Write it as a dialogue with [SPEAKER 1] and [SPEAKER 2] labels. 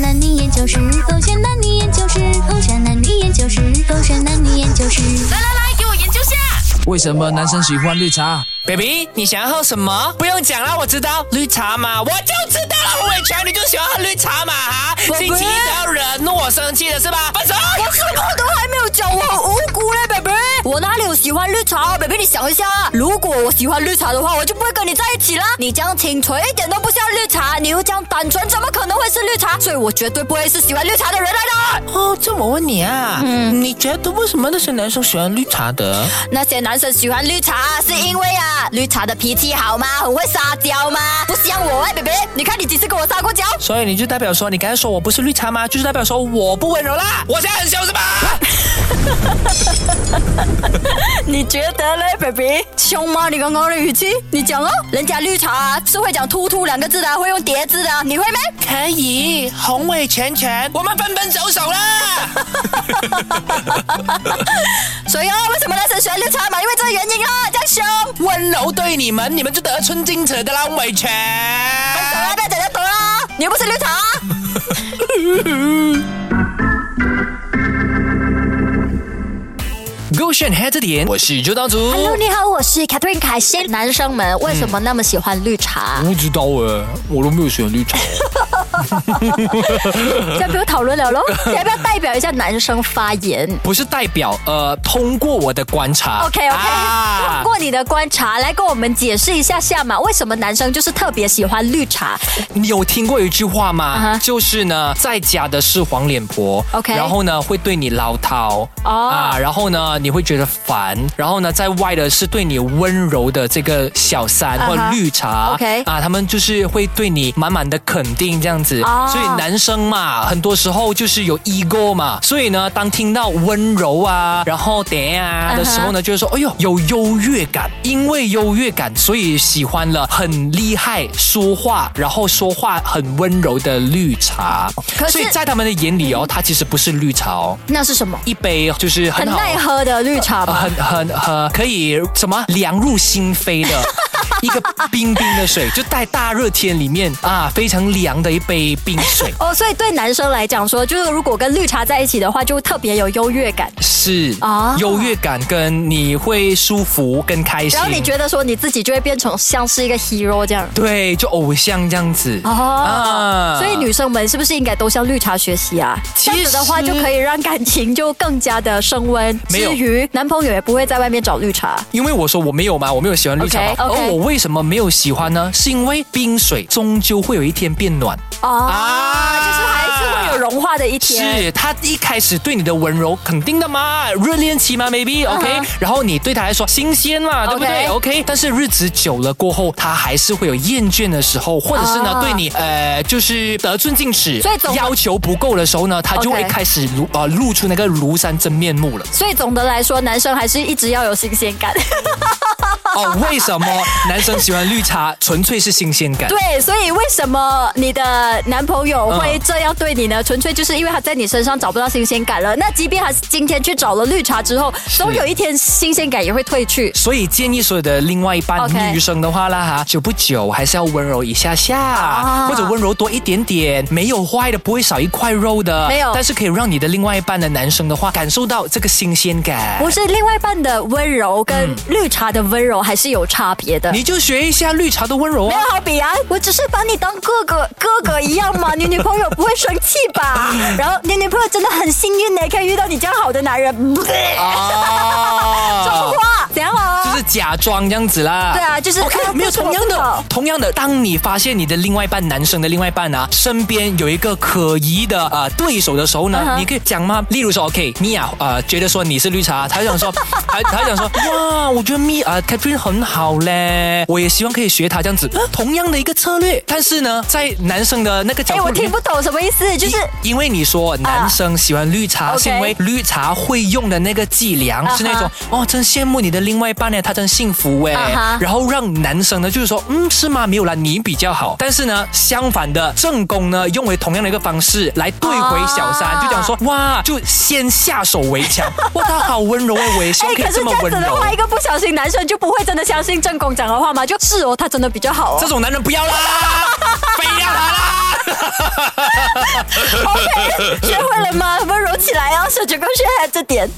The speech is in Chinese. [SPEAKER 1] 男女研究室，狗血男女研究室，狗血男女研究室，狗血男女研究室。
[SPEAKER 2] 来来来，给我研究下。
[SPEAKER 3] 为什么男生喜欢绿茶？
[SPEAKER 4] baby，你想要喝什么？不用讲了，我知道绿茶嘛，我就知道了，胡伟全，你就喜欢喝绿茶嘛哈。
[SPEAKER 5] 宝贝
[SPEAKER 4] 星期一只要惹怒我生气了是吧？分手。
[SPEAKER 5] 我什么都还没有讲，我很无辜嘞，baby。我哪里有喜欢绿茶，baby？你想一下，如果我喜欢绿茶的话，我就不会跟你在一起啦。你这样清纯一点都不像绿茶，你又这样单纯，怎么可能会是绿茶？所以我绝对不会是喜欢绿茶的人啊来的。
[SPEAKER 6] 哦，这么问你啊，
[SPEAKER 4] 嗯
[SPEAKER 6] 你觉得为什么那些男生喜欢绿茶的？
[SPEAKER 5] 那些男生喜欢绿茶，是因为啊，绿茶的脾气好吗？很会撒娇吗？不像我哎，baby。你看你几次跟我撒过娇？
[SPEAKER 6] 所以你就代表说，你刚才说我不是绿茶吗？就是代表说我不温柔啦。
[SPEAKER 4] 我现在很凶是吧？
[SPEAKER 5] 你觉得嘞，baby？凶吗？你刚刚的语气，你讲哦。人家绿茶、啊、是会讲“突突”两个字的，会用叠字的，你会没？
[SPEAKER 6] 可以，宏伟全全，
[SPEAKER 4] 我们分分手手啦。
[SPEAKER 5] 所以啊，为什么男生喜欢绿茶嘛？因为这个原因啊，这样凶。
[SPEAKER 4] 温柔对你们，你们就得寸进尺的啦，伟全。
[SPEAKER 5] 走啊，不要讲太多啦，你又不是绿茶啊。
[SPEAKER 6] 勾选黑着点。
[SPEAKER 4] 我是周当主。
[SPEAKER 7] Hello，你好，我是 Catherine 凯欣。男生们为什么那么喜欢
[SPEAKER 5] 嗯
[SPEAKER 7] 绿茶？
[SPEAKER 6] 不知道哎，我都没有喜欢绿茶。
[SPEAKER 7] 现在不用讨论 了喽，要不要代表一下男生发言
[SPEAKER 6] 不是代表呃，通过我的观察。
[SPEAKER 7] ？OK OK，、
[SPEAKER 4] 啊
[SPEAKER 7] 通过你的观察来跟我们解释一下下嘛，为什么男生就是特别喜欢绿茶？
[SPEAKER 6] 你有听过一句话吗
[SPEAKER 7] 啊哈
[SPEAKER 6] 就是呢，在家的是黄脸婆
[SPEAKER 7] OK
[SPEAKER 6] 然后呢会对你唠叨、
[SPEAKER 7] 哦
[SPEAKER 6] 啊，然后呢你会觉得烦，然后呢在外的是对你温柔的这个小三
[SPEAKER 7] 啊
[SPEAKER 6] 或
[SPEAKER 7] 哈
[SPEAKER 6] 绿茶
[SPEAKER 7] OK
[SPEAKER 6] 啊，他们就是会对你满满的肯定这样子
[SPEAKER 7] 哦
[SPEAKER 6] 所以男生嘛，很多时候就是有 ego 嘛，所以呢，当听到温柔啊，然后嗲啊的时候呢就是说，哎呦有优越感，因为优越感，所以喜欢了很厉害说话，然后说话很温柔的绿茶。
[SPEAKER 7] 可是嗯
[SPEAKER 6] 所以在他们的眼里哦，它其实不是绿茶哦，
[SPEAKER 7] 那是什么？
[SPEAKER 6] 一杯哦就是很
[SPEAKER 7] 很
[SPEAKER 6] 好。
[SPEAKER 7] 耐啊喝的绿茶
[SPEAKER 6] 呃
[SPEAKER 5] 啊
[SPEAKER 7] 吧？
[SPEAKER 6] 很很很可以什么凉入心扉 的一个冰冰的水，就在大热天里面啊，非常凉的一杯冰 水。
[SPEAKER 7] 哦，所以对男生来讲说，就是如果跟绿茶在一起的话，就特别有优越感。
[SPEAKER 6] 是
[SPEAKER 7] 啊
[SPEAKER 6] 优越感跟你会舒服跟开心
[SPEAKER 7] 然后，你觉得说你自己就会变成像是一个 hero 这样。
[SPEAKER 6] 对，就偶像这样子
[SPEAKER 7] 哦，
[SPEAKER 6] 啊
[SPEAKER 7] 所以女生们是不是应该都向绿茶学习啊？
[SPEAKER 6] 其
[SPEAKER 7] 这
[SPEAKER 6] 实
[SPEAKER 7] 样子的话，就可以让感情就更加的升温。
[SPEAKER 6] 没有
[SPEAKER 7] 至于男朋友也不会在外面找绿茶。
[SPEAKER 6] 因为我说我没有嘛，我没有喜欢绿茶嘛。
[SPEAKER 7] OK，OK
[SPEAKER 6] 而我为什么没有喜欢呢？是因为冰水终究会有一天变暖。
[SPEAKER 7] 哦，
[SPEAKER 6] 啊
[SPEAKER 7] 就是还是会有融化的一天。
[SPEAKER 6] 是他一开始对你的温柔，肯定的嘛，热恋期嘛，maybe OK、然后你对他来说新鲜嘛，对不对
[SPEAKER 7] 嗯 OK
[SPEAKER 6] ？OK，但是日子久了过后，他还是会有厌倦的时候，或者是呢，
[SPEAKER 7] 啊
[SPEAKER 6] 对你呃就是得寸进尺
[SPEAKER 7] 所以总，
[SPEAKER 6] 要求不够的时候呢，他就会
[SPEAKER 7] OK
[SPEAKER 6] 开始露呃露出那个庐山真面目 了。
[SPEAKER 7] 所以总的来说，男生还是一直要有新鲜感。
[SPEAKER 6] 哦，为什么男生喜欢绿茶，纯粹是新鲜感？
[SPEAKER 7] 对，所以为什么你的男朋友会这样对你呢？纯粹就是因为他在你身上找不到新鲜感了。那即便他今天去找了绿茶之后，总有一天新鲜感也会褪去。
[SPEAKER 6] 所以建议所有的另外一半
[SPEAKER 7] OK
[SPEAKER 6] 女生的话啦哈，久不久还是要温柔一下下，
[SPEAKER 7] 啊
[SPEAKER 6] 或者温柔多一点点，没有坏的，不会少一块肉的，
[SPEAKER 7] 没有
[SPEAKER 6] 但是可以让你的另外一半的男生的话感受到这个新鲜感
[SPEAKER 7] 不。是另外一半的温柔跟绿茶的温柔还是有差别的。
[SPEAKER 6] 你就学一下绿茶的温柔
[SPEAKER 7] 没
[SPEAKER 6] 啊
[SPEAKER 7] 有。好比啊，我只是把你当哥哥哥哥一样嘛，你女朋友不会生气吧？然后你女朋友真的很幸运呢，可以遇到你这样好的男人。
[SPEAKER 6] 啊
[SPEAKER 7] 说话怎样啊？
[SPEAKER 6] 就是假装这样子啦，
[SPEAKER 7] 对啊就是哎
[SPEAKER 6] OK，
[SPEAKER 7] 呀
[SPEAKER 6] 没有
[SPEAKER 7] 不错
[SPEAKER 6] 同样
[SPEAKER 7] 不
[SPEAKER 6] 的
[SPEAKER 7] 错，
[SPEAKER 6] 同样的，当你发现你的另外一半男生的另外一半啊，身边有一个可疑的呃对手的时候呢
[SPEAKER 7] 嗯哼
[SPEAKER 6] 你可以讲吗？例如说，OK，米娅呃觉得说你是绿茶，他想说， 他他想说，哇，我觉得米啊 Catherine 很好嘞，我也希望可以学她这样子，啊同样的一个策略，但是呢，在男生的那个角
[SPEAKER 7] 哎，
[SPEAKER 6] 度
[SPEAKER 7] 我
[SPEAKER 6] 里面
[SPEAKER 7] 听不懂什么意思，就是
[SPEAKER 6] 因因为你说男生喜欢绿茶，
[SPEAKER 7] 啊 OK
[SPEAKER 6] 是因为绿茶会用的那个伎俩
[SPEAKER 7] 啊哈
[SPEAKER 6] 是那种哦，真羡慕你的另外一半呢，他真幸福哎
[SPEAKER 7] 啊哈
[SPEAKER 6] 然后让男生呢就是说，嗯，是吗？没有啦，你比较好。但是呢，相反的正宫呢，用为同样的一个方式来对回小三，
[SPEAKER 7] 啊
[SPEAKER 6] 就讲说哇，就先下手为 强，哇，他好温柔哎，我也希
[SPEAKER 7] 哎，
[SPEAKER 6] 望可以
[SPEAKER 7] 可是
[SPEAKER 6] 这
[SPEAKER 7] 这
[SPEAKER 6] 么
[SPEAKER 7] 样
[SPEAKER 6] 温
[SPEAKER 7] 子的
[SPEAKER 6] 柔。
[SPEAKER 7] 话，一个不小心，男生就不会真的相信正宫讲的话吗？ 就是哦，他真的比较好哦
[SPEAKER 6] 这。种男人不要啦，非要他啦。
[SPEAKER 7] OK，学会了吗？温柔起来啊，小九哥学 h 这点。